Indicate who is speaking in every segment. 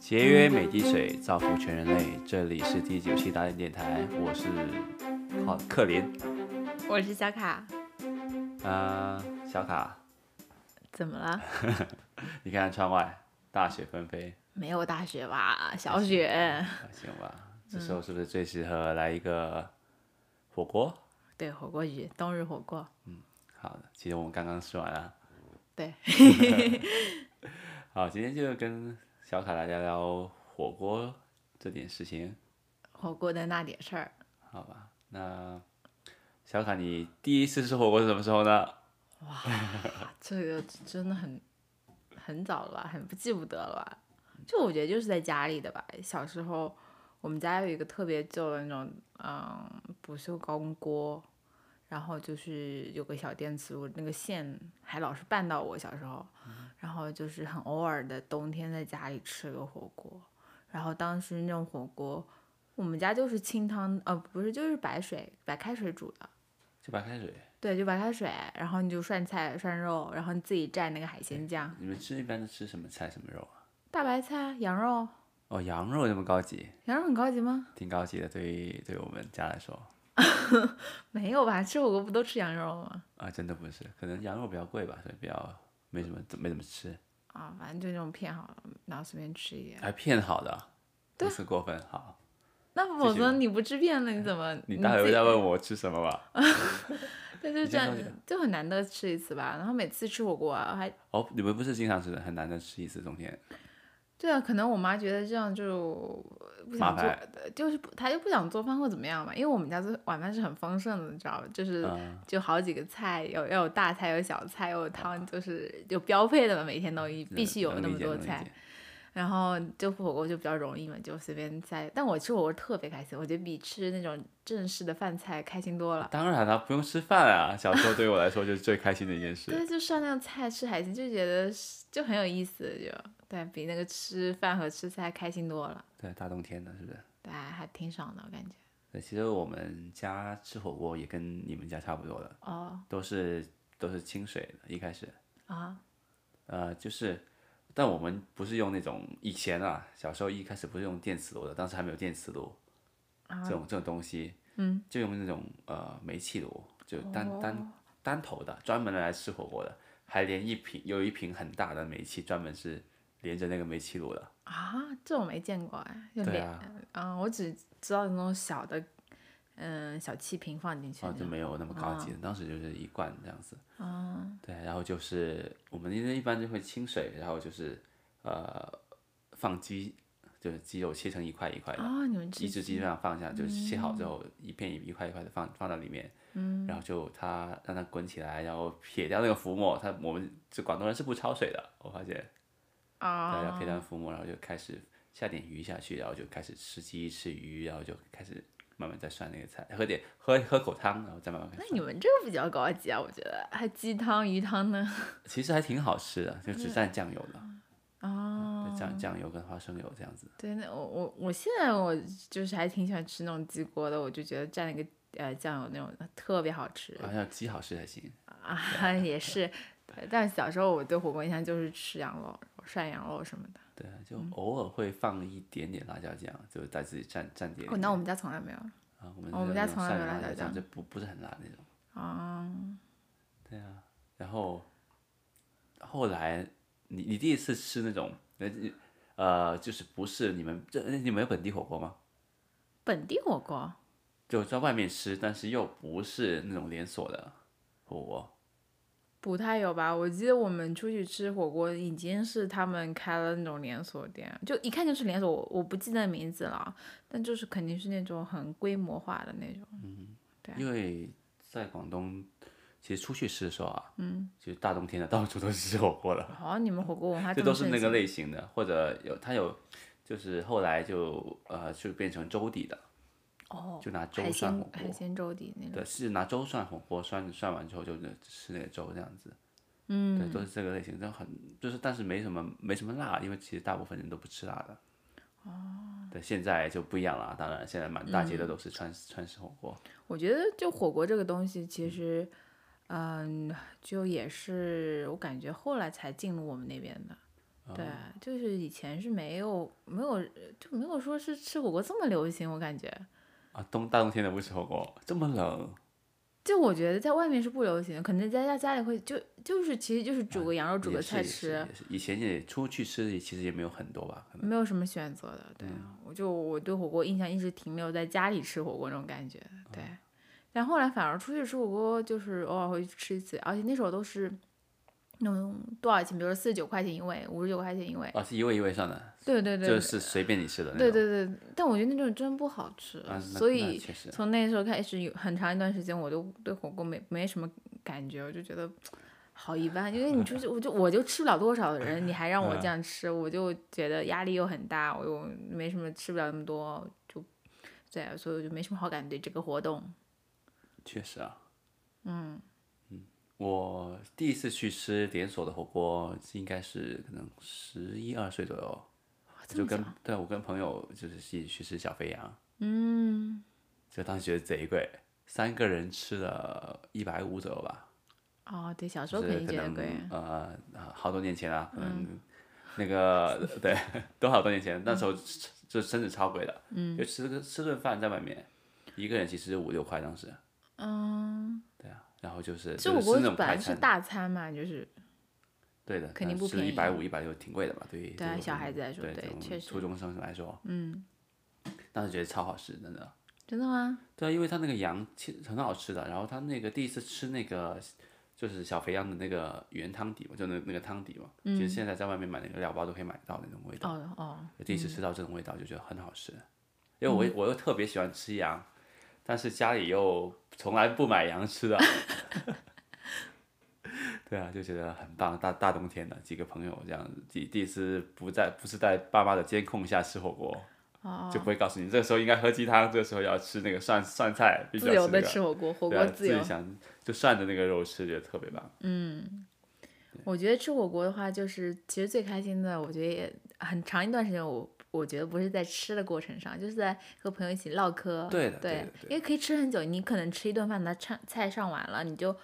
Speaker 1: 节约美滴水，造福全人类。这里是第九期打点电台，我是好克林
Speaker 2: 我是小卡，
Speaker 1: 啊、小卡，
Speaker 2: 怎么了？
Speaker 1: 你看看窗外，大雪纷飞，
Speaker 2: 没有大雪吧？小雪，
Speaker 1: 还行吧？这时候是不是最适合来一个火锅？
Speaker 2: 对，火锅局，冬日火锅，
Speaker 1: 好的，其实我们刚刚吃完了。
Speaker 2: 对，
Speaker 1: 好，今天就跟小卡来聊聊火锅这点事情，
Speaker 2: 火锅的那点事儿。
Speaker 1: 好吧？那小卡，你第一次吃火锅是什么时候呢？
Speaker 2: 啊这个真的很很早了吧，很不记不得了吧？就我觉得就是在家里的吧。小时候我们家有一个特别旧的那种，嗯，不锈钢锅，然后就是有个小电磁炉，那个线还老是绊到我小时候。然后就是很偶尔的冬天在家里吃个火锅，然后当时那种火锅，我们家就是清汤，呃，不是就是白水白开水煮的。
Speaker 1: 就白开水。
Speaker 2: 对，就白开水，然后你就涮菜、涮肉，然后你自己蘸那个海鲜酱，
Speaker 1: 你们吃一般都吃什么菜什么肉啊？
Speaker 2: 大白菜、羊肉，
Speaker 1: 哦，羊肉这么高级，
Speaker 2: 羊肉很高级吗？
Speaker 1: 挺高级的，对于对于我们家来说
Speaker 2: 没有吧， 吃火锅不都吃羊肉吗？
Speaker 1: 啊，真的不是，可能羊肉比较贵吧，所以比较没什么没怎么吃，
Speaker 2: 啊，反正就那种片好了，然后随便吃一点。
Speaker 1: 还骗好的，不
Speaker 2: 啊
Speaker 1: 是过分好。
Speaker 2: 那否
Speaker 1: 继续
Speaker 2: 则
Speaker 1: 吧
Speaker 2: 你不吃片了，你怎么？
Speaker 1: 你待
Speaker 2: 自
Speaker 1: 会儿
Speaker 2: 己
Speaker 1: 再问我吃什么吧。
Speaker 2: 对，就
Speaker 1: 你
Speaker 2: 这
Speaker 1: 先
Speaker 2: 样
Speaker 1: 说这个，
Speaker 2: 就很难得吃一次吧。然后每次吃火锅啊，还
Speaker 1: 哦，你们不是经常吃的，很难得吃一次冬天。
Speaker 2: 对啊，可能我妈觉得这样就不
Speaker 1: 麻
Speaker 2: 想做
Speaker 1: 烦，
Speaker 2: 呃就是不她就不想做饭或怎么样嘛。因为我们家做晚饭是很丰盛的，你知道吧？就是
Speaker 1: 嗯
Speaker 2: 就好几个菜，有要有大菜，有小菜，有汤，就是有标配的嘛，每天都一必须有
Speaker 1: 嗯能
Speaker 2: 那
Speaker 1: 理
Speaker 2: 么
Speaker 1: 解
Speaker 2: 多
Speaker 1: 能理
Speaker 2: 菜
Speaker 1: 解。
Speaker 2: 然后就火锅就比较容易嘛，就随便菜。但我吃火锅特别开心，我觉得比吃那种正式的饭菜开心多了。
Speaker 1: 当然了，不用吃饭啊，小时候对我来说就是最开心的一件事。
Speaker 2: 对，就涮那个菜吃海鲜，就觉得是就很有意思，就对比那个吃饭和吃菜开心多了，
Speaker 1: 对，大冬天的，是不是？
Speaker 2: 对，还挺爽的，我感觉。
Speaker 1: 对，其实我们家吃火锅也跟你们家差不多的，
Speaker 2: 哦
Speaker 1: 都是都是清水的，一开始。
Speaker 2: 啊，
Speaker 1: 呃，就是，但我们不是用那种以前啊，小时候一开始不是用电磁炉的，当时还没有电磁炉
Speaker 2: 啊
Speaker 1: 这种这种东西，嗯，就用那种呃煤气炉，就单、
Speaker 2: 哦
Speaker 1: 单单头的，专门来吃火锅的，还连一瓶有一瓶很大的煤气，专门是连着那个煤气炉的，
Speaker 2: 啊，这我没见过哎，就
Speaker 1: 对
Speaker 2: 连
Speaker 1: 啊，
Speaker 2: 嗯，我只知道那种小的，嗯，小气瓶放进去
Speaker 1: 啊
Speaker 2: 的
Speaker 1: 就
Speaker 2: 那种。
Speaker 1: 没有那么高
Speaker 2: 啊
Speaker 1: 级的，当时就是一罐这样子，对，然后就是我们一一般就会清水，然后就是呃放鸡，就是鸡肉切成一块一块的。
Speaker 2: 啊，你们
Speaker 1: 一
Speaker 2: 吃
Speaker 1: 只鸡这样放下，就是切好之后
Speaker 2: 嗯
Speaker 1: 一片一块一块的放放到里面，嗯，然后就它让它滚起来，然后撇掉那个浮沫，它我们就广东人是不焯水的，我发现，对，要
Speaker 2: 啊
Speaker 1: 撇掉浮沫，然后就开始下点鱼下去，然后就开始吃鸡吃鱼，然后就开始慢慢再涮那个菜，喝点喝喝口汤，然后再慢慢开
Speaker 2: 那
Speaker 1: 始涮。
Speaker 2: 你们这个比较高级啊，我觉得还鸡汤、鱼汤呢。
Speaker 1: 其实还挺好吃的，就
Speaker 2: 嗯
Speaker 1: 只蘸酱油的，
Speaker 2: 啊，
Speaker 1: 对酱酱油跟花生油这样子。
Speaker 2: 对，那我我我现在我就是还挺喜欢吃那种鸡锅的，我就觉得蘸那个呃酱油那种特别好吃
Speaker 1: 好像鸡好吃才行，
Speaker 2: 啊， 也是。对但小时候我对火锅印象就是吃羊肉、涮羊肉什么的。
Speaker 1: 对，啊就
Speaker 2: 嗯
Speaker 1: 偶尔会放一点点辣椒酱，就再自己蘸蘸点。
Speaker 2: 哦，那我们家从来没有。
Speaker 1: 啊，我们
Speaker 2: 哦我们
Speaker 1: 是
Speaker 2: 家
Speaker 1: 那种
Speaker 2: 从来
Speaker 1: 蒜
Speaker 2: 没有
Speaker 1: 苗
Speaker 2: 辣
Speaker 1: 辣
Speaker 2: 椒
Speaker 1: 酱，
Speaker 2: 酱
Speaker 1: 就不不是很辣那种。
Speaker 2: 啊、
Speaker 1: 对啊，然后后来你你第一次吃那种呃呃，就是不是你们这你们有本地火锅吗？
Speaker 2: 本地火锅
Speaker 1: 就在外面吃，但是又不是那种连锁的火锅。
Speaker 2: 不太有吧？我记得我们出去吃火锅已经是他们开了那种连锁店，就一看就是连锁，我我不记得名字了，但就是肯定是那种很规模化的那种。对啊
Speaker 1: 因为在广东，其实出去吃的时候啊，嗯，就大冬天的到处都是吃火锅了。
Speaker 2: 哦，你们火锅文化
Speaker 1: 这
Speaker 2: 这
Speaker 1: 都
Speaker 2: 么
Speaker 1: 是
Speaker 2: 盛
Speaker 1: 那个
Speaker 2: 行
Speaker 1: 类型的，或者有它有，就是后来就呃就变成粥底的，
Speaker 2: 哦，
Speaker 1: 就拿粥
Speaker 2: 海
Speaker 1: 涮火
Speaker 2: 鲜
Speaker 1: 锅。
Speaker 2: 海鲜粥底那种。
Speaker 1: 对，是拿粥涮火锅，涮涮完之后就吃那个粥这样子。嗯，对，都是这个类型，但很就是，但是没什么没什么辣，因为其实大部分人都不吃辣的。哦。对，现在就不一样了，当然
Speaker 2: 嗯
Speaker 1: 现在满大街的都是川、川式火锅。
Speaker 2: 我觉得就火锅这个东西，其实，嗯，就也是我感觉后来才进入我们那边的。
Speaker 1: 哦
Speaker 2: 对，就是以前是没有没有就没有说是吃火锅这么流行，我感觉。
Speaker 1: 啊，冬大冬天的不吃火锅，这么冷。
Speaker 2: 就我觉得在外面是不流行的，可能在家家里会就就是其实就是煮个羊肉煮
Speaker 1: 啊
Speaker 2: 个
Speaker 1: 也是
Speaker 2: 菜
Speaker 1: 也
Speaker 2: 吃，
Speaker 1: 是也是以前也出去吃，其实也没有嗯很多吧，可能
Speaker 2: 没有什么选择的，对啊，我就我对火锅印象一直停留在家里吃火锅那种感觉，
Speaker 1: 嗯
Speaker 2: 对，但后来反而出去吃火锅，就是偶尔会去吃一次，而且那时候都是那种多少钱，比如说四十九块钱一位，五十九块钱一位，
Speaker 1: 啊是一位一位上的，
Speaker 2: 对对对，
Speaker 1: 就是随便你吃的那种。
Speaker 2: 对对对，但我觉得那种真不好吃，
Speaker 1: 啊，那
Speaker 2: 所
Speaker 1: 那
Speaker 2: 以
Speaker 1: 确实
Speaker 2: 从那时候开始，有很长一段时间我都对火锅没没什么感觉，我就觉得好一般，因为你出去我就我就吃不了多少的人，你还让
Speaker 1: 嗯
Speaker 2: 我这样吃，我就觉得压力又很大，我又没什么吃不了那么多，就对，所以我就没什么好感对这个活动。
Speaker 1: 确实啊。嗯嗯我第一次去吃连锁的火锅，应该是可能十一二岁左右，
Speaker 2: 哇这
Speaker 1: 就
Speaker 2: 么
Speaker 1: 跟
Speaker 2: 小
Speaker 1: 对我跟朋友就是一起去吃小肥羊，
Speaker 2: 嗯
Speaker 1: 就当时觉得贼贵，三个人吃了一百五左右吧。
Speaker 2: 哦，对，小时
Speaker 1: 就
Speaker 2: 候
Speaker 1: 是
Speaker 2: 肯定
Speaker 1: 可
Speaker 2: 觉得
Speaker 1: 能
Speaker 2: 贵，啊
Speaker 1: 呃，好多年前啊，可能
Speaker 2: 嗯
Speaker 1: 那个对， 都好多年前，那时候吃就真是超贵的，嗯，就吃个吃顿饭在外面，一个人其实五六块当时，
Speaker 2: 嗯，
Speaker 1: 对啊，然后就是
Speaker 2: 这
Speaker 1: 就
Speaker 2: 火
Speaker 1: 是吃
Speaker 2: 锅
Speaker 1: 那种
Speaker 2: 本
Speaker 1: 快
Speaker 2: 来是
Speaker 1: 餐，
Speaker 2: 大餐嘛，就是
Speaker 1: 对的，
Speaker 2: 肯定不
Speaker 1: 一百
Speaker 2: 便
Speaker 1: 五一百六挺贵的嘛，对于
Speaker 2: 对啊
Speaker 1: 这种
Speaker 2: 小孩子来说
Speaker 1: 对
Speaker 2: 对
Speaker 1: 这种
Speaker 2: 确实
Speaker 1: 初中生来说，嗯，当时觉得超好吃，真的，
Speaker 2: 真的吗？
Speaker 1: 对啊，因为它那个羊其实很好吃的，然后它那个第一次吃那个就是小肥羊的那个原汤底嘛，就那那个汤底嘛，其实现在在外面买那个料包都可以买到那种味道。
Speaker 2: 哦哦，
Speaker 1: 我第一次吃到这种味道就觉得很好吃，因为我
Speaker 2: 嗯
Speaker 1: 我又特别喜欢吃羊，但是家里又从来不买羊吃的。 对啊，就觉得很棒。大大冬天的，几个朋友这样子，第第一次不在不是在爸妈的监控下吃火锅，
Speaker 2: 哦
Speaker 1: 就不会告诉你这个时候应该喝鸡汤，这个时候要吃那个涮涮菜，必须
Speaker 2: 自
Speaker 1: 要
Speaker 2: 由
Speaker 1: 吃这
Speaker 2: 的
Speaker 1: 个。
Speaker 2: 吃火锅，火
Speaker 1: 对
Speaker 2: 锅
Speaker 1: 啊，自
Speaker 2: 自由嗯
Speaker 1: 己。想就涮着那个肉吃，觉得特别棒。
Speaker 2: 我觉得吃火锅的话，就是其实最开心的，我觉得也很长一段时间我。我觉得不是在吃的过程上，就是在和朋友一起唠嗑。
Speaker 1: 对的
Speaker 2: 对
Speaker 1: 对的对的
Speaker 2: 因为可以吃很久，你可能吃一顿饭，那菜菜上完了，你就，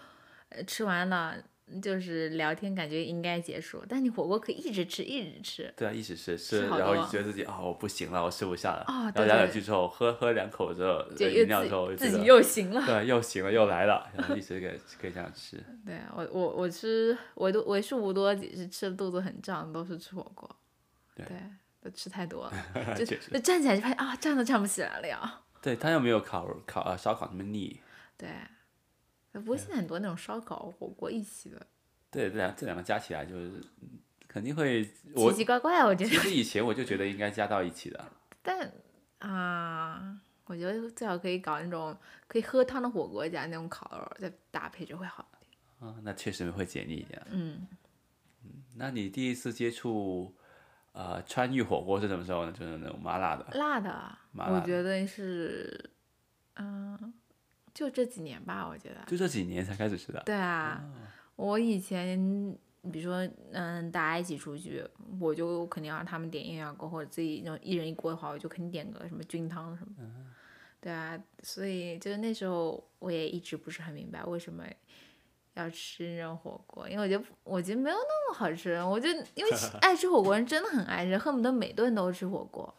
Speaker 2: 呃，吃完了，就是聊天，感觉应该结束。但你火锅可以一直吃，一直吃。
Speaker 1: 对啊，一起吃吃，
Speaker 2: 吃好
Speaker 1: 然后
Speaker 2: 多
Speaker 1: 觉得自己哦我不行了，我吃不下了。
Speaker 2: 哦
Speaker 1: 然后
Speaker 2: 对
Speaker 1: 聊
Speaker 2: 对
Speaker 1: 两句之后，喝喝两口之后，
Speaker 2: 就
Speaker 1: 呃
Speaker 2: 又
Speaker 1: 饮料之后，就
Speaker 2: 自己
Speaker 1: 觉
Speaker 2: 自己
Speaker 1: 得
Speaker 2: 又行了。
Speaker 1: 对，又醒了，又来了，然后一直给可以这样吃。
Speaker 2: 对啊我我我吃我都为数不多几次吃的肚子很胀，都是吃火锅。
Speaker 1: 对
Speaker 2: 都吃太多了， 就
Speaker 1: 确实
Speaker 2: 就站起来就发现啊，站都站不起来了呀。
Speaker 1: 对，它又没有烤烤呃烧烤那么腻。
Speaker 2: 对，呃不过现在很多那种烧烤火锅一起的，
Speaker 1: 对，这两这两个加起来就是嗯肯定会我
Speaker 2: 奇奇怪啊怪，我觉
Speaker 1: 其
Speaker 2: 得。
Speaker 1: 实以前我就觉得应该加到一起的。
Speaker 2: 但啊，我觉得最好可以搞那种可以喝汤的火锅加那种烤肉，再搭配着会好一点。
Speaker 1: 啊，那确实会解腻一点。
Speaker 2: 嗯，
Speaker 1: 那你第一次接触呃川渝火锅是什么时候呢？就是那种麻辣的。
Speaker 2: 辣的啊，
Speaker 1: 麻
Speaker 2: 我
Speaker 1: 辣
Speaker 2: 觉得是，嗯，就这几年吧，我觉得。
Speaker 1: 就这几年才开始吃的，嗯
Speaker 2: 对啊，我以前比如说，嗯，大家一起出去，我就肯定让他们点鸳鸯锅，或者自己那种一人一锅的话，我就肯定点个什么菌汤什么的。
Speaker 1: 嗯
Speaker 2: 对啊，所以就是那时候我也一直不是很明白为什么要吃那种火锅，因为我觉得我觉得没有那么好吃，我就因为 爱吃火锅人真的很爱吃，恨不得每顿都吃火锅。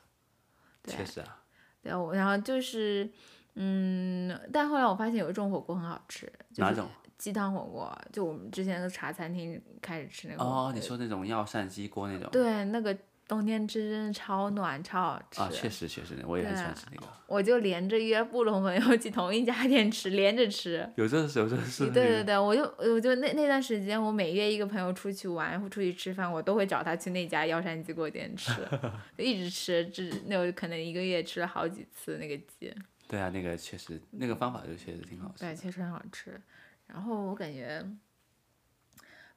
Speaker 2: 对啊
Speaker 1: 确实啊，
Speaker 2: 对啊，我然后就是，嗯，但后来我发现有一种火锅很好吃，就
Speaker 1: 哪
Speaker 2: 是
Speaker 1: 种？
Speaker 2: 鸡汤火锅，就我们之前那个茶餐厅开始吃那个火锅。
Speaker 1: 哦，你说那种药膳鸡锅那种，
Speaker 2: 对，那个冬天吃真的超暖，超好吃。
Speaker 1: 啊，确实确实，我也很喜欢
Speaker 2: 对啊
Speaker 1: 吃那个。
Speaker 2: 我就连着约不同朋友去同一家店吃，连着吃。
Speaker 1: 有这是有这是
Speaker 2: 对
Speaker 1: 那
Speaker 2: 对
Speaker 1: 个，
Speaker 2: 对，我就我就那那段时间，我每约一个朋友出去玩或出去吃饭，我都会找他去那家药膳鸡锅店 吃，就一直吃，这那我可能一个月吃了好几次那个鸡。
Speaker 1: 对啊，那个确实那个方法就确实挺好吃
Speaker 2: 对，
Speaker 1: 的。
Speaker 2: 确实很好吃。然后我感觉，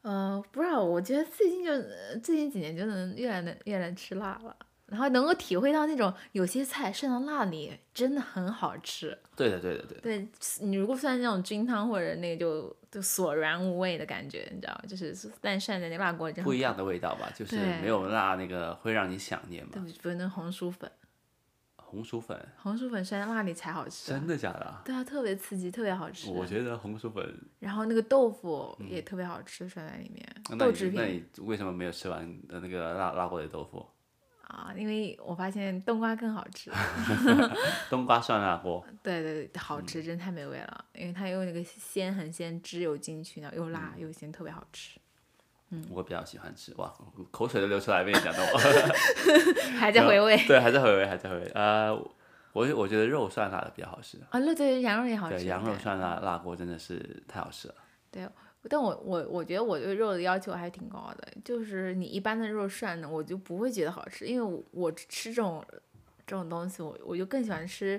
Speaker 2: 呃，不知道，我觉得最近就呃最近几年就能越来能越来吃辣了，然后能够体会到那种有些菜涮到辣里真的很好吃。
Speaker 1: 对的对的对的，
Speaker 2: 对你如果涮那种菌汤或者那个就就索然无味的感觉，你知道吗？就是但涮在那个辣锅里真的
Speaker 1: 不一
Speaker 2: 很
Speaker 1: 样的味道吧，就是
Speaker 2: 对
Speaker 1: 没有辣那个会让你想念
Speaker 2: 对
Speaker 1: 嘛。
Speaker 2: 不是那个红薯粉，
Speaker 1: 红薯粉，
Speaker 2: 红薯粉酸辣里才好吃啊。
Speaker 1: 真的假的？
Speaker 2: 对啊，特别刺激，特别好吃。啊
Speaker 1: 我觉得红薯粉，
Speaker 2: 然后那个豆腐也特别好吃，涮在里面。
Speaker 1: 那
Speaker 2: 豆
Speaker 1: 你
Speaker 2: 制
Speaker 1: 那
Speaker 2: 品
Speaker 1: 你为什么没有吃完呃那个辣辣锅的豆腐？
Speaker 2: 啊，因为我发现冬瓜更好 吃。
Speaker 1: 冬瓜涮辣锅，
Speaker 2: 对对对，
Speaker 1: 嗯
Speaker 2: 好吃，真太美味了，因为它用那个鲜很鲜汁油进去，然后又辣
Speaker 1: 嗯
Speaker 2: 又鲜，特别好吃。嗯
Speaker 1: 我比较喜欢吃。哇，口水都流出来，被你讲到我。
Speaker 2: 还在回味
Speaker 1: 对，还在回味，还在回味。呃，我我觉得肉涮辣的比较好吃。
Speaker 2: 啊，对对，羊肉也好吃。
Speaker 1: 对，羊肉
Speaker 2: 对
Speaker 1: 涮辣辣锅真的是太好吃了。
Speaker 2: 但我我我觉得我对肉的要求还挺高的，就是你一般的肉涮呢，我就不会觉得好吃，因为我我吃这种这种东西，我我就更喜欢吃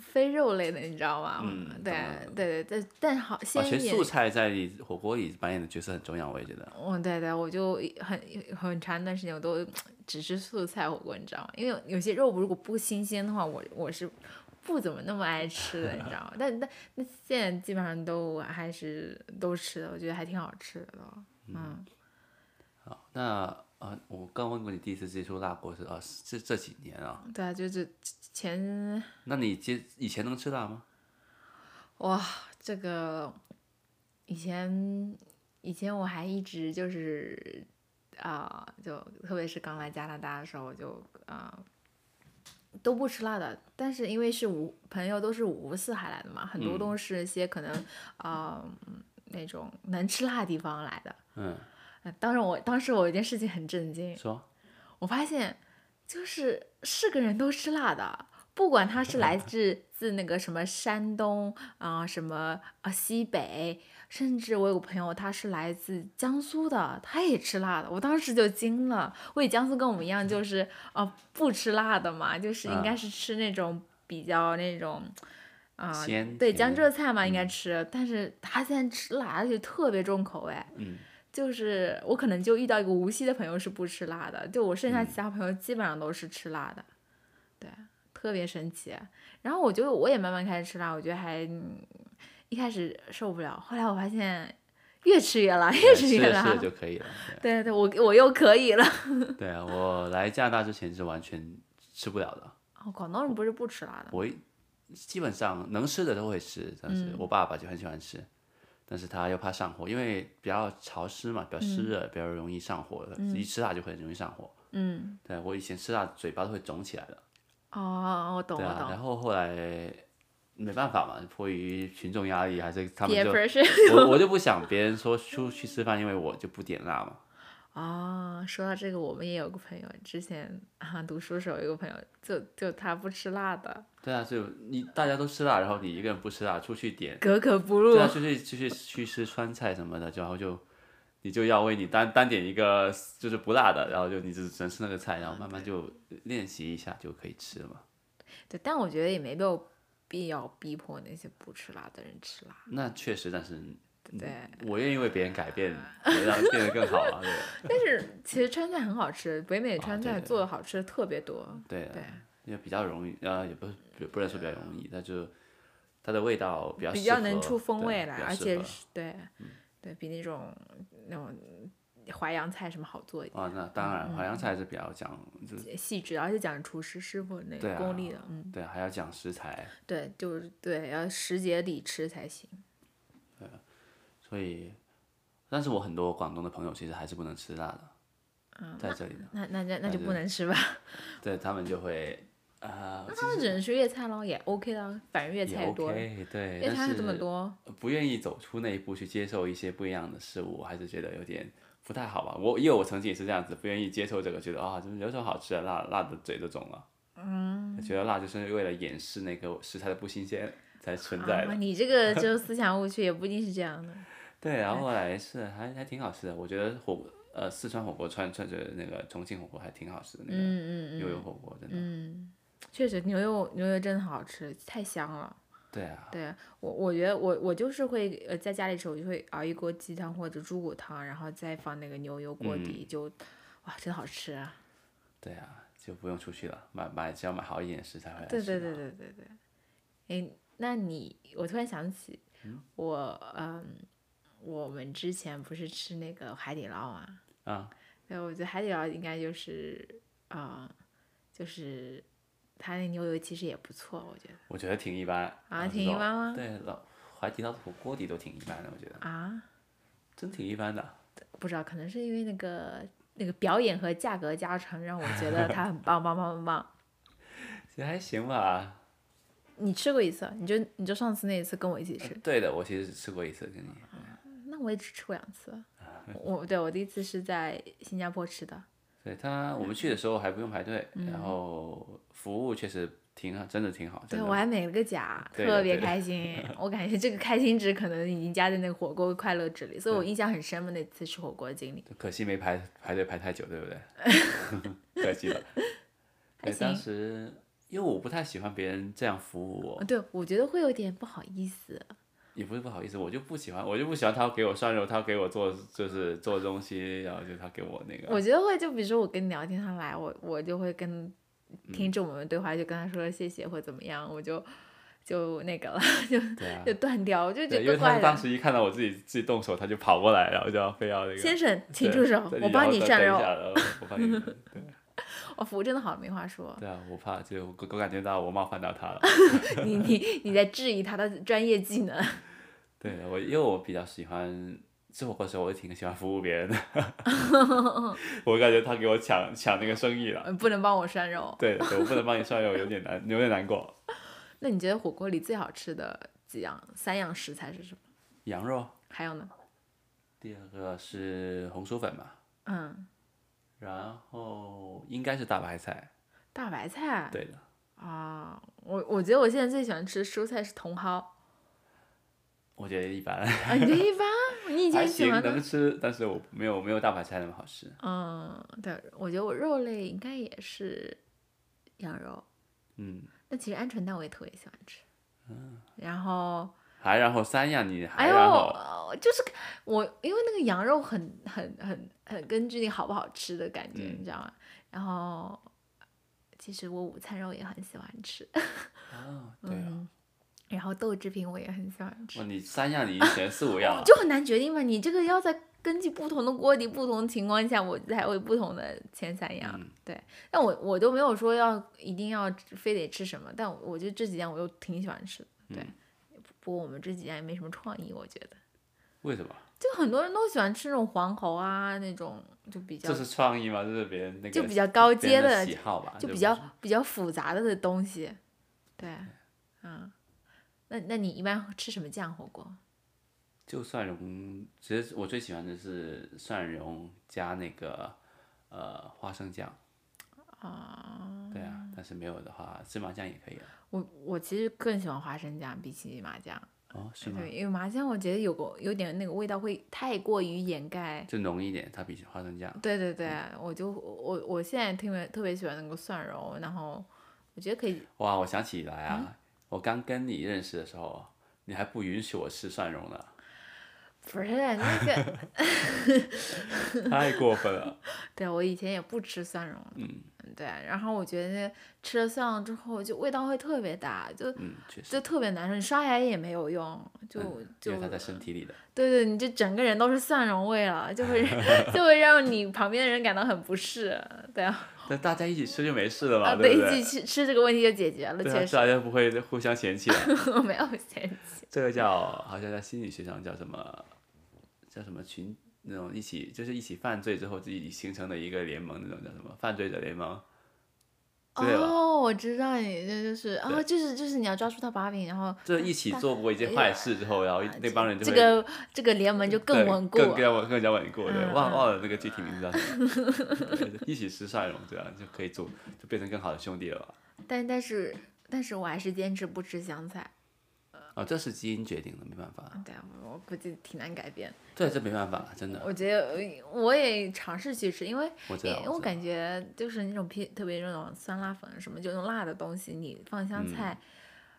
Speaker 2: 非肉类的，你知道吗？
Speaker 1: 嗯
Speaker 2: 对
Speaker 1: 懂了
Speaker 2: 对对对，但好
Speaker 1: 啊，
Speaker 2: 鲜
Speaker 1: 其
Speaker 2: 一
Speaker 1: 实
Speaker 2: 点
Speaker 1: 素。菜在你火锅里扮演的角色很重要，我也觉得。
Speaker 2: 嗯，对对，我就很很长一段时间我都只吃素菜火锅，你知道吗？因为有些肉如果不新鲜的话，我我是不怎么那么爱吃的，你知道吗？但但那现在基本上都还是都吃的，我觉得还挺好吃的都。嗯
Speaker 1: 那呃，我刚问过你第一次接触辣锅是啊，是这这几年啊？
Speaker 2: 对啊，就是前
Speaker 1: 那你接以前能吃辣吗？
Speaker 2: 哇，这个以前以前我还一直就是啊、就特别是刚来加拿大的时候，我就啊、都不吃辣的。但是因为是五朋友都是五湖四海来的嘛，很多
Speaker 1: 嗯
Speaker 2: 都是一些可能啊、嗯那种能吃辣的地方来的。
Speaker 1: 嗯，
Speaker 2: 呃当然我当时我有一件事情很震惊，
Speaker 1: 说
Speaker 2: 我发现就是是个人都吃辣的，不管他是来自自那个什么山东啊、什么啊、西北，甚至我有个朋友他是来自江苏的，他也吃辣的。我当时就惊了，我以为江苏跟我们一样，就是啊、不吃辣的嘛，就是应该
Speaker 1: 嗯
Speaker 2: 是吃那种比较那种。啊、
Speaker 1: 鲜
Speaker 2: 对，
Speaker 1: 甜
Speaker 2: 江浙 菜嘛应该吃，但是他现在吃辣，而且特别重口味。
Speaker 1: 嗯，
Speaker 2: 就是我可能就遇到一个无锡的朋友是不吃辣的，就我剩下
Speaker 1: 嗯
Speaker 2: 其他朋友基本上都是吃辣的，对，特别神奇。然后我觉得我也慢慢开始吃辣，我觉得还嗯一开始受不了，后来我发现越吃越辣，越
Speaker 1: 对
Speaker 2: 吃
Speaker 1: 吃
Speaker 2: 越
Speaker 1: 着
Speaker 2: 辣
Speaker 1: 吃。着哎就可以了。
Speaker 2: 对对，我我又可以了。
Speaker 1: 对对啊，我来加拿大之前是完全吃不了的，
Speaker 2: 哦，广东人不是不吃辣的吗，
Speaker 1: 我一基本上能吃的都会吃，但
Speaker 2: 嗯
Speaker 1: 是我爸爸就很喜欢吃，但是他又怕上火，因为比较潮湿嘛，
Speaker 2: 嗯
Speaker 1: 比较湿热，比较容易上火，一吃辣就很容易上火。
Speaker 2: 嗯，
Speaker 1: 对我以前吃辣嘴巴都会肿起来的，
Speaker 2: 哦，我懂
Speaker 1: 对
Speaker 2: 我
Speaker 1: 啊，
Speaker 2: 懂
Speaker 1: 然，后后来没办法嘛，迫于群众压力还是他们
Speaker 2: 别
Speaker 1: 就
Speaker 2: 不是
Speaker 1: 我我就不想别人说出去吃饭，因为我就不点辣嘛。
Speaker 2: 哦，说到这个，我们也有个朋友，之前啊读书时候有一个朋友，就就他不吃辣的，
Speaker 1: 对啊，就你大家都吃辣，然后你一个人不吃辣，出去点，
Speaker 2: 格格不入
Speaker 1: 对。啊，出去出去去吃川菜什么的，就然后就你就要为你单单点一个就是不辣的，然后就你只只能吃那个菜，然后慢慢就练习一下就可以吃了嘛。
Speaker 2: 对，但我觉得也没必要必要逼迫那些不吃辣的人吃辣，
Speaker 1: 那确实，但是
Speaker 2: 对不对？
Speaker 1: 我愿意为别人改变，让变得更好啊。
Speaker 2: 但是其实川菜很好吃，北美川
Speaker 1: 对
Speaker 2: 菜
Speaker 1: 对
Speaker 2: 做的好吃的特别多。
Speaker 1: 对对
Speaker 2: 对，啊
Speaker 1: 因为比较容易，呃，也不是也不能说比较容易，但就它的味道比较
Speaker 2: 比
Speaker 1: 适
Speaker 2: 较能
Speaker 1: 合
Speaker 2: 出风
Speaker 1: 对
Speaker 2: 味来
Speaker 1: 比，较
Speaker 2: 而
Speaker 1: 适
Speaker 2: 且
Speaker 1: 合嗯
Speaker 2: 是对，对比那种那种淮扬菜什么好做一点，
Speaker 1: 啊，那当然，
Speaker 2: 嗯
Speaker 1: 淮扬菜还是比较讲，就是
Speaker 2: 细致，而且讲厨师师傅那
Speaker 1: 对
Speaker 2: 个
Speaker 1: 啊
Speaker 2: 功力的，嗯，
Speaker 1: 对，还要讲食材，
Speaker 2: 对，就是对，要时节里吃才行。
Speaker 1: 所以，但是我很多广东的朋友其实还是不能吃辣的，
Speaker 2: 嗯
Speaker 1: 在这里的，
Speaker 2: 那那那那
Speaker 1: 那
Speaker 2: 就
Speaker 1: 就
Speaker 2: 不能吃吧，
Speaker 1: 对他们就会啊，
Speaker 2: 他们只能吃粤菜咯，也 OK 的，反正粤
Speaker 1: 其实
Speaker 2: 菜
Speaker 1: 也
Speaker 2: 也多，
Speaker 1: OK，对，
Speaker 2: 粤菜
Speaker 1: 但
Speaker 2: 还
Speaker 1: 是
Speaker 2: 这么多，
Speaker 1: 不愿意走出那一步去接受一些不一样的事物，我还是觉得有点不太好吧。我因为我曾经也是这样子，不愿意接受这个，觉得啊，怎么有什么好吃的，辣辣的嘴都肿了。嗯，觉得辣就是为了掩饰那个食材的不新鲜才存在的。
Speaker 2: 啊，你这个就思想误区也不一定是这样的。
Speaker 1: 对，然后后来是还还挺好吃的，我觉得火呃四川火锅川川着那个重庆火锅还挺好吃的，那个
Speaker 2: 嗯嗯
Speaker 1: 牛
Speaker 2: 嗯，
Speaker 1: 油火锅真的。
Speaker 2: 确实牛油牛油真的好吃，太香了。
Speaker 1: 对啊，
Speaker 2: 对我，我觉得我我就是会呃在家里吃，我就会熬一锅鸡汤或者猪骨汤，然后再放那个牛油
Speaker 1: 嗯
Speaker 2: 锅底，就哇真好吃啊！
Speaker 1: 对啊，就不用出去了，买买只要买好一点的食材回来
Speaker 2: 对
Speaker 1: 吃
Speaker 2: 对
Speaker 1: 嘛
Speaker 2: 对对对对。哎，那你我突然想起我嗯，我们之前不是吃那个海底捞嘛？
Speaker 1: 啊，
Speaker 2: 对，我觉得海底捞应该就是啊、呃就是它那牛油其实也不错，我觉得。
Speaker 1: 我觉得挺一般。
Speaker 2: 啊，
Speaker 1: 老实
Speaker 2: 挺一
Speaker 1: 说
Speaker 2: 般吗
Speaker 1: 对，老怀吉老火锅底都挺一般的，我觉得
Speaker 2: 啊，
Speaker 1: 真挺一般的。
Speaker 2: 不知道，可能是因为那个那个表演和价格加成，让我 觉得它很棒棒棒棒棒。
Speaker 1: 其实还行吧。
Speaker 2: 你吃过一次，你就你就上次那一次跟我一起 吃，
Speaker 1: 对的，我其实吃过一次跟你。
Speaker 2: 那我也只吃过两 次。我对我第一次是在新加坡吃的，
Speaker 1: 对他，我们去的时候还不用排队，
Speaker 2: 嗯
Speaker 1: 然后服务确实挺好，真的挺好，真
Speaker 2: 对
Speaker 1: 的。
Speaker 2: 我还美了个甲，
Speaker 1: 对的
Speaker 2: 特别
Speaker 1: 对的
Speaker 2: 开心。 我感觉这个开心值可能已经加在那个火锅快乐值里，所以我印象很深嘛，那次吃火锅的经历。
Speaker 1: 可惜没排排队排太久，对不对？ 可惜 了。
Speaker 2: 还
Speaker 1: 对，当
Speaker 2: 行
Speaker 1: 时因为我不太喜欢别人这样服务我，
Speaker 2: 对，我觉得会有点不好意思。
Speaker 1: 也不是不好意思，我就不喜欢，我就不喜欢他给我涮肉，他给我做就是做东西，然后就他给我那个。
Speaker 2: 我觉得会，就比如说我跟你聊天上来，我我就会跟
Speaker 1: 嗯
Speaker 2: 听着我们对话，就跟他说谢谢或怎么样，我就就那个了，
Speaker 1: 对啊
Speaker 2: 就，断掉，我就觉
Speaker 1: 对，
Speaker 2: 得
Speaker 1: 因为
Speaker 2: 怪
Speaker 1: 他
Speaker 2: 怪
Speaker 1: 当
Speaker 2: 的。
Speaker 1: 时一看到我自己自己动手，他就跑过来，然后就要非要那个。
Speaker 2: 先生，请
Speaker 1: 对
Speaker 2: 出手
Speaker 1: 对，
Speaker 2: 我帮你
Speaker 1: 然后
Speaker 2: 涮
Speaker 1: 等一
Speaker 2: 肉
Speaker 1: 下。然 后我帮你。
Speaker 2: 我服务真的好，没话 说。
Speaker 1: 对啊，我怕就我我感觉到我冒犯到 他了。
Speaker 2: 你你你在质疑他的专业技能，
Speaker 1: 对我，因为我比较喜欢吃火锅的时候，我挺喜欢服务别 人的。我感觉他给我抢抢那个生意了。
Speaker 2: 呃不能帮我涮肉。
Speaker 1: 对，我不能帮你涮肉，有点难，有点难过。
Speaker 2: 那你觉得火锅里最好吃的几样三样食材是什么？
Speaker 1: 羊肉，
Speaker 2: 还有呢？
Speaker 1: 第二个是红薯粉嘛，
Speaker 2: 嗯，
Speaker 1: 然后应该是大白菜。
Speaker 2: 大白菜
Speaker 1: 对的，
Speaker 2: 啊，我我觉得我现在最喜欢吃蔬菜是茼蒿
Speaker 1: 我觉得一般，
Speaker 2: 啊，你这一般，你以
Speaker 1: 还
Speaker 2: 前喜
Speaker 1: 行，
Speaker 2: 欢
Speaker 1: 能
Speaker 2: 的，
Speaker 1: 吃，但是我没有没有大白菜那么好吃。
Speaker 2: 嗯，对，我觉得我肉类应该也是羊肉，
Speaker 1: 嗯，
Speaker 2: 那其实鹌鹑蛋我也特别喜欢吃，嗯，然后
Speaker 1: 还然后三样你还
Speaker 2: 哎呦，
Speaker 1: 然后
Speaker 2: 呃就是我因为那个羊肉很很很很根据你好不好吃的感觉，
Speaker 1: 嗯
Speaker 2: 你知道吗？然后其实我午餐肉也很喜欢吃，
Speaker 1: 啊，对啊，
Speaker 2: 嗯， 然后豆制品我也很喜欢吃
Speaker 1: 哇，，你三样你已经选四五样了，
Speaker 2: 就很难决定嘛。你这个要在根据不同的锅底、不同的情况下，我才会不同的前三样。
Speaker 1: 嗯
Speaker 2: 对，但我我都没有说要一定要非得吃什么，但我觉得这几样我都挺喜欢吃的。对，
Speaker 1: 嗯
Speaker 2: 不不过我们这几样也没什么创意，我觉得。
Speaker 1: 为什么？
Speaker 2: 就很多人都喜欢吃那种黄喉啊，那种就比较
Speaker 1: 这是创意吗？这是别人那个
Speaker 2: 就比较高
Speaker 1: 别
Speaker 2: 阶
Speaker 1: 人的
Speaker 2: 的，
Speaker 1: 喜好吧，这
Speaker 2: 就比
Speaker 1: 不
Speaker 2: 较
Speaker 1: 是
Speaker 2: 比较复杂的的东西。对，嗯，那那你一般吃什么酱火锅？
Speaker 1: 就蒜蓉，其实我最喜欢的是蒜蓉加那个呃花生酱。啊，对
Speaker 2: 嗯
Speaker 1: 啊，但是没有的话，芝麻酱也可以啊。
Speaker 2: 我我其实更喜欢花生酱，比起麻酱。
Speaker 1: 哦，是吗？
Speaker 2: 对，因为麻酱我觉得有个有点那个味道会太过于掩盖。
Speaker 1: 就浓一点，它比花生酱。
Speaker 2: 对对对，
Speaker 1: 嗯
Speaker 2: 我就我我现在特别特别喜欢那个蒜蓉，然后我觉得可以
Speaker 1: 哇，我想起来啊，
Speaker 2: 嗯
Speaker 1: 我刚跟你认识的时候，你还不允许我吃蒜蓉呢，
Speaker 2: 不是那个
Speaker 1: 太过分了。
Speaker 2: 对，我以前也不吃蒜蓉，嗯，对，然后我觉得吃了蒜蓉之后，就味道会特别大，就
Speaker 1: 嗯，确实，
Speaker 2: 就特别难受，你刷牙也没有用，就
Speaker 1: 嗯因
Speaker 2: 就
Speaker 1: 为它在身体里的。
Speaker 2: 对对，你就整个人都是蒜蓉味了，就 会就会让你旁边的人感到很不适，对啊，
Speaker 1: 但大家一起吃就没事了嘛，
Speaker 2: 啊
Speaker 1: 对
Speaker 2: 对，
Speaker 1: 不
Speaker 2: 一
Speaker 1: 对？
Speaker 2: 起吃吃这个问题就解决了，
Speaker 1: 对
Speaker 2: 确
Speaker 1: 啊，
Speaker 2: 实
Speaker 1: 大家不会互相嫌弃的。
Speaker 2: 我没有嫌弃，
Speaker 1: 这个叫好像在心理学上叫什么，叫什么群那种一起就是一起犯罪之后自己形成的一个联盟，那种叫什么犯罪者联盟，对吧
Speaker 2: 哦，我知道你这就是啊，
Speaker 1: 对
Speaker 2: 就是就是你要抓住他把柄，然后
Speaker 1: 就一起做过一件坏事之后，然后那帮人就
Speaker 2: 哎啊这
Speaker 1: 会嗯
Speaker 2: 个这个联盟就
Speaker 1: 对
Speaker 2: 更稳固
Speaker 1: 更
Speaker 2: 了，
Speaker 1: 更稳更加稳固，对，
Speaker 2: 嗯
Speaker 1: 忘
Speaker 2: 嗯
Speaker 1: 忘了那个具体名字叫什么， 对一起吃蒜蓉，这样就可以做就变成更好的兄弟了吧。
Speaker 2: 但但是但是我还是坚持不吃香菜。
Speaker 1: 啊，这是基因决定的，没办法。
Speaker 2: 对，我我估计挺难改变。
Speaker 1: 对，这没办法，真的，
Speaker 2: 我觉得呃我也尝试去吃，因为
Speaker 1: 啊我知
Speaker 2: 因
Speaker 1: 道。
Speaker 2: 为我
Speaker 1: 知道
Speaker 2: 感觉就是那种偏特别那种酸辣粉什么，就那种辣的东西，你放
Speaker 1: 嗯
Speaker 2: 香菜，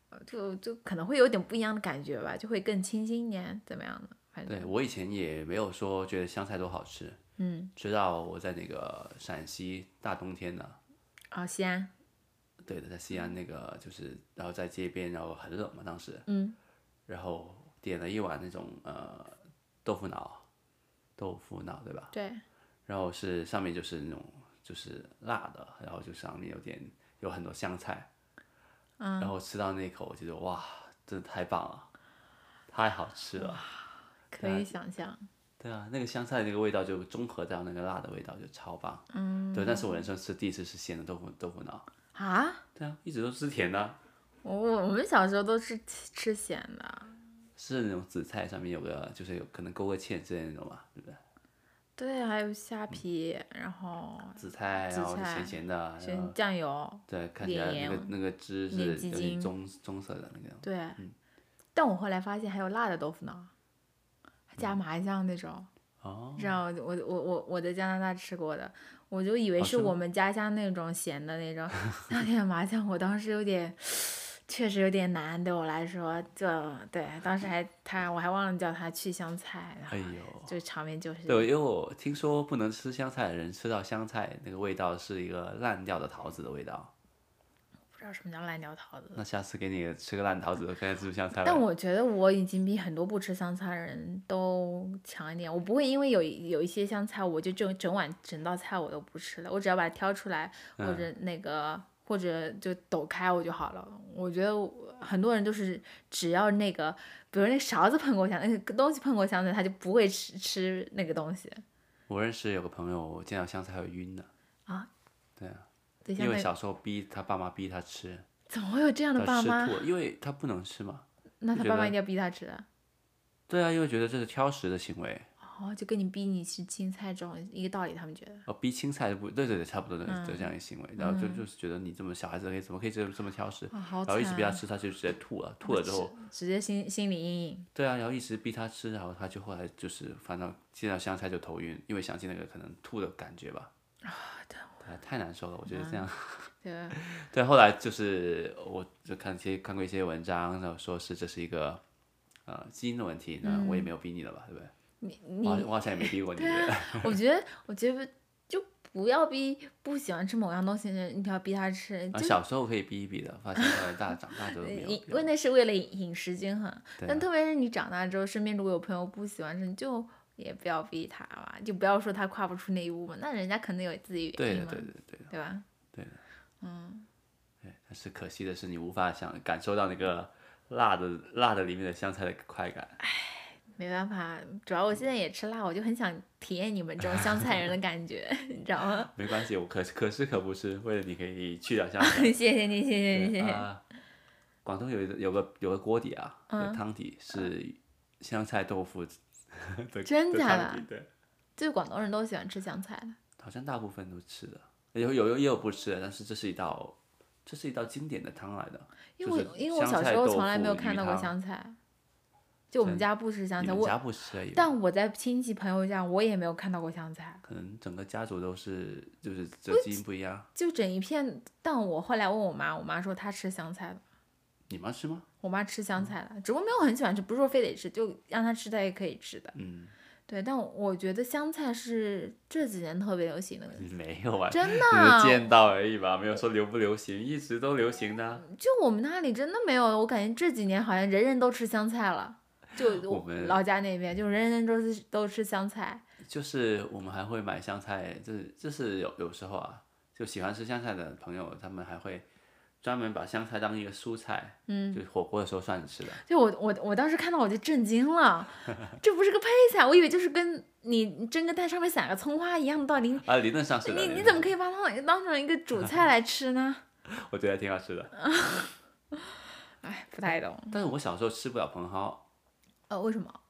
Speaker 2: 呃就就可能会有点不一样的感觉吧，就会更清新一点，怎么样的？反
Speaker 1: 对
Speaker 2: 正
Speaker 1: 我以前也没有说觉得香菜多好吃，
Speaker 2: 嗯
Speaker 1: 直到我在那个陕西大冬天呢，
Speaker 2: 啊，西安，
Speaker 1: 对的，在西
Speaker 2: 嗯
Speaker 1: 安那个就是，然后在街边，然后很冷嘛，当时，
Speaker 2: 嗯，
Speaker 1: 然后点了一碗那种呃豆腐脑，豆腐脑对吧？
Speaker 2: 对，
Speaker 1: 然后是上面就是那种就是辣的，然后就上面有点有很多香菜，嗯，然后吃到那一口，我觉得哇，真的太棒了，太好吃了。
Speaker 2: 可
Speaker 1: 啊
Speaker 2: 以想象。
Speaker 1: 对啊，那个香菜那个味道就中和到那个辣的味道，就超棒。
Speaker 2: 嗯
Speaker 1: 对，但是我人生吃第一次吃咸的豆腐豆腐脑。
Speaker 2: 啊，
Speaker 1: 对啊，一直都吃甜的啊，
Speaker 2: 我我们小时候都是吃吃咸的。
Speaker 1: 是那种紫菜上面有个就是有可能勾个芡之类的那种嘛，对不对？
Speaker 2: 对，还有虾
Speaker 1: 嗯
Speaker 2: 皮，然后
Speaker 1: 紫菜，
Speaker 2: 紫
Speaker 1: 然后就
Speaker 2: 菜
Speaker 1: 咸咸的，然后
Speaker 2: 选酱油，
Speaker 1: 对，看起来那
Speaker 2: 莲
Speaker 1: 个那个汁是
Speaker 2: 莲
Speaker 1: 有
Speaker 2: 子
Speaker 1: 点
Speaker 2: 精
Speaker 1: 棕棕色的那个样子。
Speaker 2: 对。但我后来发现还有辣的豆腐脑，还加麻酱那种。
Speaker 1: 嗯哦，
Speaker 2: 知道我我我我在加拿大吃过的，我就以为
Speaker 1: 哦
Speaker 2: 是
Speaker 1: 是吗
Speaker 2: 我们家乡那种咸的那 种，那点麻酱我当时有点， 确实有点难对我来说，就对，当时还他我还忘了叫他去香菜，然后
Speaker 1: 哎呦，
Speaker 2: 啊就场面就是
Speaker 1: 对，因为我听说不能吃香菜的人吃到香菜那个味道是一个烂掉的桃子的味道。
Speaker 2: 不知道什么叫烂掉桃子。
Speaker 1: 那下次给你吃个烂桃子，看看吃不吃香菜吧。
Speaker 2: 呃但我觉得我已经比很多不吃香菜的人都强一点，我不会因为有一有一些香菜，我就整整碗整道菜我都不吃了，我只要把它挑出来，或
Speaker 1: 嗯
Speaker 2: 者那个、或者就抖开我就好了。我觉得我很多人就是只要那个，比如那勺子碰过香，那个东西碰过香菜，他就不会吃吃那个东西
Speaker 1: 我认识有个朋友，见到香菜会晕的，
Speaker 2: 啊。
Speaker 1: 对啊，
Speaker 2: 对，
Speaker 1: 因
Speaker 2: 像
Speaker 1: 为
Speaker 2: 那
Speaker 1: 小时候逼他爸妈逼他吃，
Speaker 2: 怎么会有这样的
Speaker 1: 他
Speaker 2: 爸
Speaker 1: 吃
Speaker 2: 妈？
Speaker 1: 吐，因为他不能吃嘛。
Speaker 2: 那
Speaker 1: 就
Speaker 2: 他
Speaker 1: 觉
Speaker 2: 爸妈
Speaker 1: 得
Speaker 2: 一定要逼他吃啊，
Speaker 1: 对啊，因为觉得这是挑食的行为。
Speaker 2: 哦，就跟你逼你吃青菜这种一个道理，他们觉得。
Speaker 1: 哦，逼青菜不对，对对，差不多的、
Speaker 2: 嗯
Speaker 1: 就这样一个行为，然后就就是觉得你这么小孩子可以怎么可以这么这么挑食，
Speaker 2: 啊，嗯好
Speaker 1: 然后一直逼他
Speaker 2: 惨
Speaker 1: 吃，他就直接吐了，吐了之后，
Speaker 2: 直接心心理阴影。
Speaker 1: 对啊，然后一直逼他吃，然后他就后来就是反正见到香菜就头晕，因为想起那个可能吐的感觉吧。啊，对，太难受了，我觉得这样。
Speaker 2: 对，
Speaker 1: 对，啊后来就是我就看一些看过一些文章，然后说是这是一个呃基因的问题，那我也没有逼你了吧，对不对？
Speaker 2: 你
Speaker 1: 我好
Speaker 2: 你，
Speaker 1: 我好像也没逼过嗯你，对啊不对
Speaker 2: 我觉得，我觉得就不要逼不喜欢吃某样东西的人，你要逼他吃，
Speaker 1: 啊，
Speaker 2: 就
Speaker 1: 小时候可以逼一逼的，发现后来大长大之后没有
Speaker 2: 因
Speaker 1: 逼
Speaker 2: 因为
Speaker 1: 了。
Speaker 2: 那是为了饮食均衡。
Speaker 1: 对
Speaker 2: 但
Speaker 1: 啊
Speaker 2: 特别是你长大之后，身边如果有朋友不喜欢吃，你就也不要逼他吧，就不要说他跨不出那一步嘛，那人家肯定有自己原
Speaker 1: 对
Speaker 2: 因
Speaker 1: 的，
Speaker 2: 嘛
Speaker 1: 对，的，对的，
Speaker 2: 对吧？
Speaker 1: 对。但是可惜的是，你无法想感受到那个辣的辣的里面的香菜的快感。
Speaker 2: 没办法，主要我现在也吃辣，我就很想体验你们这种湘菜人的感觉， 你知道吗？
Speaker 1: 没关系，我可可吃可不吃，为了你可以去掉香 菜。
Speaker 2: 谢谢你，谢谢你，谢
Speaker 1: 对
Speaker 2: 谢。
Speaker 1: 啊，广东有一个有个有个锅底啊，有
Speaker 2: 嗯
Speaker 1: 个汤底是香菜豆腐的，
Speaker 2: 真
Speaker 1: 的
Speaker 2: 假
Speaker 1: 汤
Speaker 2: 的
Speaker 1: 底对，
Speaker 2: 就广东人都喜欢吃湘菜的。
Speaker 1: 好像大部分都吃的，有有有也有不吃的，但是这是一道这是一道经典的汤来的。
Speaker 2: 因
Speaker 1: 就
Speaker 2: 为
Speaker 1: 是
Speaker 2: 我因为我
Speaker 1: 香
Speaker 2: 小
Speaker 1: 菜
Speaker 2: 时候
Speaker 1: 豆
Speaker 2: 从来没
Speaker 1: 腐
Speaker 2: 有
Speaker 1: 鱼
Speaker 2: 看到过
Speaker 1: 汤
Speaker 2: 香菜，就我们
Speaker 1: 真
Speaker 2: 家不吃香
Speaker 1: 你
Speaker 2: 菜，
Speaker 1: 们
Speaker 2: 我
Speaker 1: 家不吃而已吧，
Speaker 2: 但我在亲戚朋友家我也没有看到过香菜，
Speaker 1: 可能整个家族都是就是这基因不一样。
Speaker 2: 就整一片。但我后来问我妈，我妈说她吃香菜的，
Speaker 1: 你妈吃吗？
Speaker 2: 我妈吃
Speaker 1: 嗯
Speaker 2: 香菜的，只不过没有很喜欢吃，不是说非得吃，就让她吃她也可以吃的。
Speaker 1: 嗯，
Speaker 2: 对，但我觉得香菜是这几年特别流行的，
Speaker 1: 没有啊，
Speaker 2: 真
Speaker 1: 只是
Speaker 2: 的，
Speaker 1: 见到而已吧，没有说流不流行，一直都流行的啊。
Speaker 2: 就我们那里真的没有，我感觉这几年好像人人都吃香菜了。就
Speaker 1: 我们
Speaker 2: 老家那边，就人人都是都吃香菜，
Speaker 1: 就是我们还会买香菜，就是就是有有时候啊，就喜欢吃香菜的朋友，他们还会专门把香菜当一个蔬菜，嗯，就火锅的时候涮着吃的。
Speaker 2: 就我我我当时看到我就震惊 了，这不是个配菜，我以为就是跟你蒸个蛋上面撒个葱花一样的道理。
Speaker 1: 啊，理论上是的。
Speaker 2: 你
Speaker 1: 理
Speaker 2: 你
Speaker 1: 论
Speaker 2: 怎么
Speaker 1: 上
Speaker 2: 可以把它当当成一个主菜来吃呢？
Speaker 1: 我觉得还挺好吃
Speaker 2: 嗯
Speaker 1: 的，
Speaker 2: 哎，不太 懂。
Speaker 1: 但是我小时候吃不了茼蒿，
Speaker 2: 呃，为什么？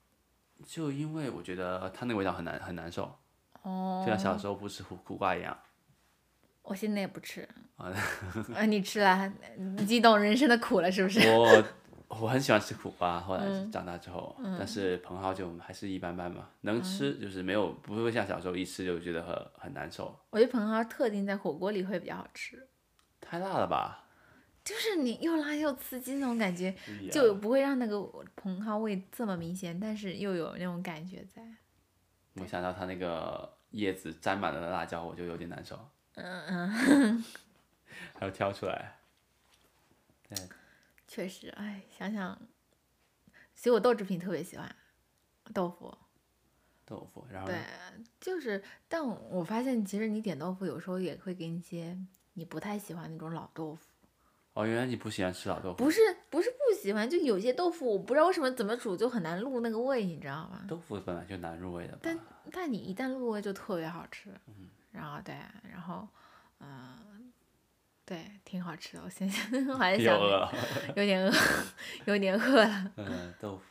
Speaker 1: 就因为我觉得它那个味道很难很难受，
Speaker 2: 哦
Speaker 1: 就，像小时候不吃苦苦瓜一样。
Speaker 2: 我现在也不吃。
Speaker 1: 哦
Speaker 2: 啊，你吃了，你激懂人生的苦了是不是？
Speaker 1: 我我 很喜欢吃苦瓜，后来
Speaker 2: 嗯
Speaker 1: 长大之后，但是茼蒿就还是一般般嘛，能
Speaker 2: 嗯
Speaker 1: 吃就是没有不会像小时候一吃就觉得很很难受，
Speaker 2: 我觉得茼蒿特定在火锅里会比较好吃，
Speaker 1: 太辣了吧？
Speaker 2: 就是你又辣又刺激那种感觉，
Speaker 1: 不一样
Speaker 2: 就不会让那个茼蒿味这么明显，但是又有那种感觉在。
Speaker 1: 我想到它那个叶子沾满了辣椒，我就有点难受，
Speaker 2: 嗯嗯。
Speaker 1: 还要挑出来。
Speaker 2: 确实，哎，想想，其实我豆制品特别喜欢豆腐，
Speaker 1: 豆腐，然后
Speaker 2: 对
Speaker 1: 呢，
Speaker 2: 就是，但我发现其实你点豆腐有时候也会给你一些你不太喜欢那种老豆腐，
Speaker 1: 哦，原来你不喜欢吃老豆腐。
Speaker 2: 不是不是不喜欢，就有些豆腐我不知道为什么怎么煮就很难入那个味，你知道吗？
Speaker 1: 豆腐本来就难入味的吧？
Speaker 2: 但但你一旦入味就特别好吃，
Speaker 1: 嗯
Speaker 2: 然后对，然后嗯、对，挺好吃的。我现在 我还在
Speaker 1: 又
Speaker 2: 想，
Speaker 1: 饿了。
Speaker 2: 有点饿， 有点饿了
Speaker 1: 嗯，豆腐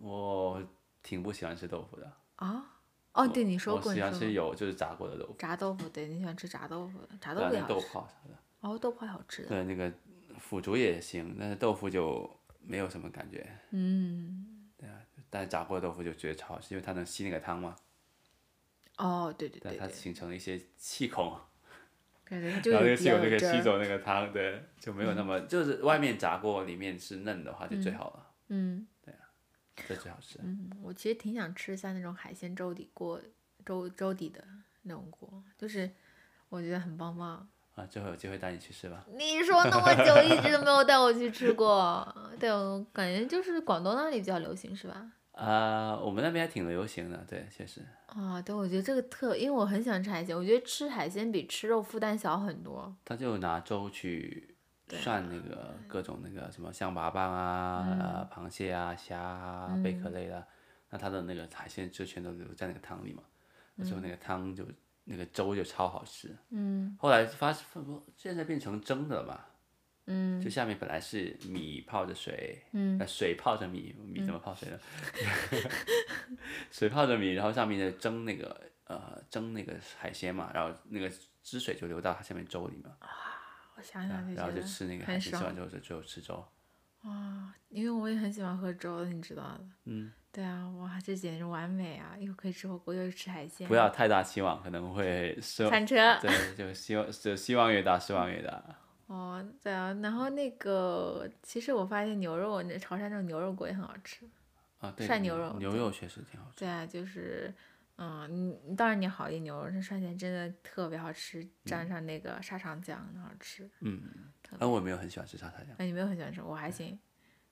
Speaker 1: 我挺不喜欢吃豆腐的。
Speaker 2: 啊！哦，对，你说
Speaker 1: 我
Speaker 2: 过，你
Speaker 1: 喜
Speaker 2: 说
Speaker 1: 欢吃
Speaker 2: 过
Speaker 1: 有就是炸过的豆腐，
Speaker 2: 炸豆腐，对你喜欢吃炸豆腐，炸
Speaker 1: 对
Speaker 2: 豆
Speaker 1: 啊，
Speaker 2: 腐也
Speaker 1: 那
Speaker 2: 好
Speaker 1: 豆
Speaker 2: 吃，
Speaker 1: 泡啥的。
Speaker 2: 哦，豆泡也好吃的，
Speaker 1: 对，那个腐竹也行，但是豆腐就没有什么感觉。
Speaker 2: 嗯，
Speaker 1: 但是炸过的豆腐就觉得超好吃，因为它能吸那个汤嘛，
Speaker 2: 哦，对对
Speaker 1: 对，
Speaker 2: 对
Speaker 1: 它
Speaker 2: 对
Speaker 1: 形成了一些气孔，
Speaker 2: 对对，就
Speaker 1: 然后那
Speaker 2: 有
Speaker 1: 个气孔就可
Speaker 2: 比较有
Speaker 1: 以
Speaker 2: 汁
Speaker 1: 吸
Speaker 2: 儿，
Speaker 1: 走那个汤，对，就没有那么就是外面炸过，里面是嫩的话就最好了，
Speaker 2: 嗯
Speaker 1: 这最好吃。
Speaker 2: 嗯，我其实挺想吃一下那种海鲜粥底锅，粥粥底的那种锅，就是我觉得很棒棒。
Speaker 1: 啊，最后有机会带你去吃吧。
Speaker 2: 你说那么久一直都没有带我去吃过，对我感觉就是广东那里比较流行是吧？
Speaker 1: 啊、我们那边还挺流行的，对，确实。
Speaker 2: 啊，对，我觉得这个特，因为我很喜欢吃海鲜，我觉得吃海鲜比吃肉负担小很多。
Speaker 1: 他就拿粥去涮那个
Speaker 2: 嗯
Speaker 1: 各种那个什么象拔蚌啊、呃螃蟹啊、虾啊、贝
Speaker 2: 嗯
Speaker 1: 壳类的、啊，那它的那个海鲜就全都留在那个汤里嘛，最后那个汤就那个粥就超好吃。
Speaker 2: 嗯
Speaker 1: 后来发不现在变成蒸的了嘛，
Speaker 2: 嗯
Speaker 1: 就下面本来是米泡着水，
Speaker 2: 嗯
Speaker 1: 呃，水泡着米，米怎么泡水呢？ 水泡着米，然后上面的蒸那个呃蒸那个海鲜嘛，然后那个汁水就流到它下面粥里嘛。
Speaker 2: 我想想
Speaker 1: 啊
Speaker 2: 哎就
Speaker 1: 然后
Speaker 2: 觉
Speaker 1: 就
Speaker 2: 得
Speaker 1: 吃那个
Speaker 2: 很
Speaker 1: 海鲜，吃
Speaker 2: 爽
Speaker 1: 完之后就最后吃粥。
Speaker 2: 啊，因为我也很喜欢喝粥的，你知道的。
Speaker 1: 嗯，
Speaker 2: 对啊，哇，这简直完美啊！又可以吃火锅，又吃海鲜，
Speaker 1: 不要太大期望，可能会失望。
Speaker 2: 翻车。
Speaker 1: 对，就希望就希望越大，失望越大。
Speaker 2: 哦，对啊，然后那个，其实我发现牛肉，那潮汕那种牛肉锅也很好吃。
Speaker 1: 啊，对，
Speaker 2: 涮牛肉
Speaker 1: 牛肉确实挺好吃。
Speaker 2: 对啊，就是，嗯，你当然你好一点牛肉，那涮起来真的特别好吃，蘸上那个沙茶酱，很好吃。
Speaker 1: 嗯，但我也没有很喜欢吃沙茶酱，
Speaker 2: 哎，你没有很喜欢吃，我还行，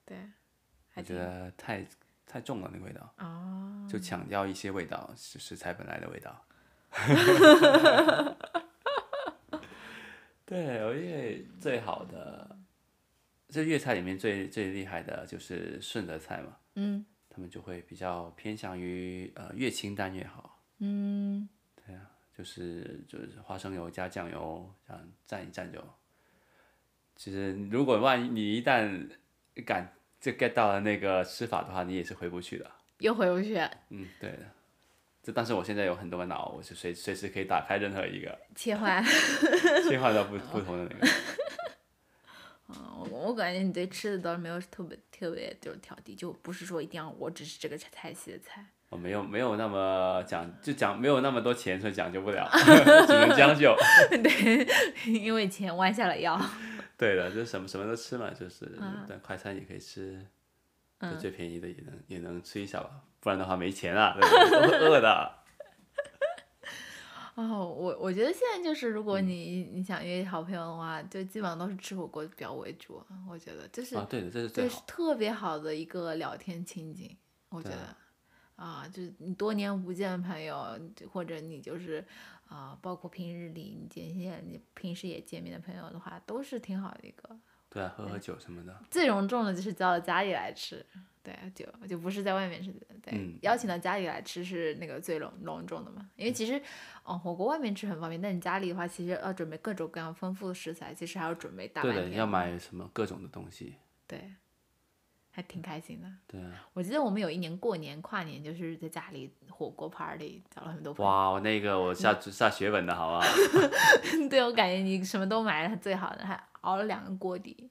Speaker 2: 对，
Speaker 1: 我
Speaker 2: 还
Speaker 1: 觉
Speaker 2: 挺
Speaker 1: 得太太重了那个味道，
Speaker 2: 哦，
Speaker 1: 就强调一些味道，食食材本来的味道。 对，我粤最好的，这粤菜里面最最厉害的就是顺德菜嘛，
Speaker 2: 嗯
Speaker 1: 他们就会比较偏向于呃越清淡越好。
Speaker 2: 嗯
Speaker 1: 就是就是花生油加酱油，这样蘸一蘸就。其实如果万一你一旦感就 get 到了那个吃法的话，你也是回不去的。
Speaker 2: 又回不去。
Speaker 1: 嗯，对的。就但是我现在有很多个脑，我是随随时可以打开任何一个，
Speaker 2: 切换。
Speaker 1: 切换到不不同的那个。
Speaker 2: 嗯，我我感觉你对吃的倒是没有特别特别就是挑剔，就不是说一定要我只是这个菜菜系的菜。
Speaker 1: 我没有没有那么讲，就讲没有那么多钱，所以讲究不了， 只能将就。
Speaker 2: 对， 因为钱弯下了腰。
Speaker 1: 对的，就是什么什么都吃嘛，就是、
Speaker 2: 啊
Speaker 1: 但快餐也可以吃，
Speaker 2: 嗯
Speaker 1: 就最便宜的也能、也能吃一下吧，不然的话没钱啊，对吧饿 饿的。
Speaker 2: 哦，我我觉得现在就是，如
Speaker 1: 嗯
Speaker 2: 果你你想约好朋友的话，就基本上都是吃火锅比较为主。我觉得就是、
Speaker 1: 啊，对的，这是
Speaker 2: 这
Speaker 1: 最
Speaker 2: 是
Speaker 1: 好。
Speaker 2: 特别好的一个聊天情景，我觉
Speaker 1: 对
Speaker 2: 得。啊，就是你多年不见的朋友，或者你就是啊，包括平日里你见面，你平时也见面的朋友的话，都是挺好的一个
Speaker 1: 对啊，喝喝酒什么的，
Speaker 2: 最隆重的就是叫到家里来吃，对，就就不是在外面吃，对，
Speaker 1: 嗯
Speaker 2: 邀请到家里来吃是那个最隆隆重的嘛。因为其实，嗯，火锅外面吃很方便，但你家里的话，其实要准备各种各样丰富的食材，其实还要准备大
Speaker 1: 对
Speaker 2: 半
Speaker 1: 的，
Speaker 2: 天，
Speaker 1: 要买什么各种的东西。
Speaker 2: 对，还挺开心的。
Speaker 1: 对啊，
Speaker 2: 我记得我们有一年过年跨年，就是在家里火锅 party 找了很多朋友，
Speaker 1: 哇，我那个我下下血本的好 吧，
Speaker 2: 对我感觉你什么都买了最好的，还熬了两个锅底，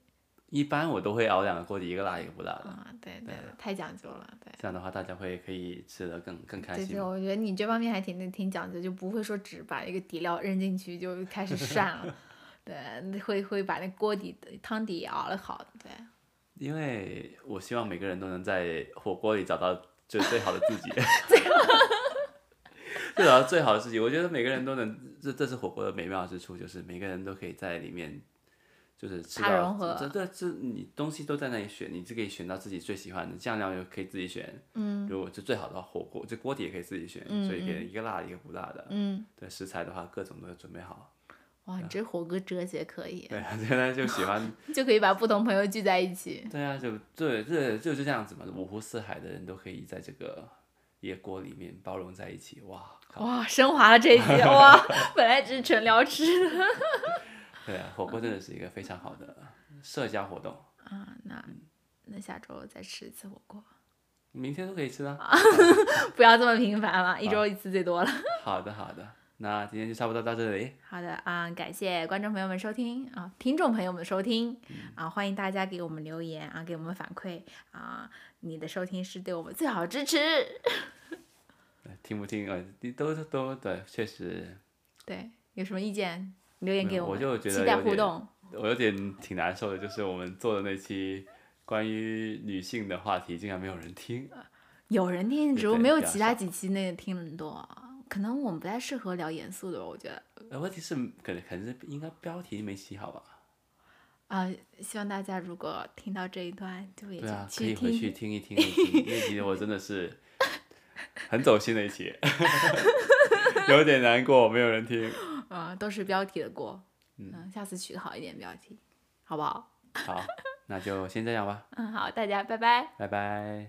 Speaker 1: 一般我都会熬两个锅底，一个辣一个不辣嗯的，
Speaker 2: 啊、对对，对太讲究了，对。
Speaker 1: 这样的话大家会可以吃的更更开
Speaker 2: 对
Speaker 1: 心
Speaker 2: 对，。我觉得你这方面还挺挺讲究，就不会说只把一个底料扔进去就开 始涮了，对，会会把那锅底汤底也熬了好，对，
Speaker 1: 因为我希望每个人都能在火锅里找到最最好的自 己，最好最好的自己。我觉得每个人都能，这这是火锅的美妙之处，就是每个人都可以在里面，就是吃
Speaker 2: 它
Speaker 1: 到
Speaker 2: 融合
Speaker 1: 这这这你东西都在那里选，你就可以选到自己最喜欢的酱料，又可以自己选。嗯，如果是最好的火锅，这锅底也可以自己选，所以给一个辣一个不辣的。
Speaker 2: 嗯，
Speaker 1: 对食材的话，各种都要准备好。
Speaker 2: 哇，你这火哥哲学可以，
Speaker 1: 对，现在就喜欢，
Speaker 2: 就可以把不同朋友聚在一起。
Speaker 1: 对啊，就对，这就就这样子嘛，五湖四海的人都可以在这个野锅里面包容在一起，哇靠，
Speaker 2: 哇，升华了这一 集哇！本来只是纯聊吃的
Speaker 1: 对啊，火锅真的是一个非常好的社交活动，
Speaker 2: 啊，那那下周再吃一次火锅，
Speaker 1: 明天都可以吃啊。
Speaker 2: 不要这么频繁了，一周一次最多了。
Speaker 1: 好的，好的，那今天就差不多到这里，
Speaker 2: 好的啊，感谢观众朋友们收听啊，听众朋友们收听
Speaker 1: 嗯
Speaker 2: 啊，欢迎大家给我们留言啊，给我们反馈啊，你的收听是对我们最好的支持。
Speaker 1: 听不听啊？你都都都对，确实，
Speaker 2: 对，有什么意见留言
Speaker 1: 没
Speaker 2: 给
Speaker 1: 有
Speaker 2: 我们，
Speaker 1: 我就觉得
Speaker 2: 期待
Speaker 1: 有
Speaker 2: 互
Speaker 1: 点
Speaker 2: 动。
Speaker 1: 我有点挺难受的，就是我们做的那期关于女性的话题，竟然没有人听。
Speaker 2: 有人听，
Speaker 1: 对
Speaker 2: 只不过
Speaker 1: 对
Speaker 2: 没有
Speaker 1: 比较
Speaker 2: 其他几期那个听的多，可能我们不太适合聊严肃的吧，我觉得。
Speaker 1: 呃，问题是可能可能是应该标题没起好吧？
Speaker 2: 啊、希望大家如果听到这一段，就也
Speaker 1: 对啊，可
Speaker 2: 去
Speaker 1: 以回
Speaker 2: 听。
Speaker 1: 去听一听那集，那集我真的是很走心的一集， 有点难过，没有人听。
Speaker 2: 啊、都是标题的锅。嗯，下次取好一点标题，好不好？
Speaker 1: 好，那就先这样吧，
Speaker 2: 嗯，好，大家拜拜。
Speaker 1: 拜拜。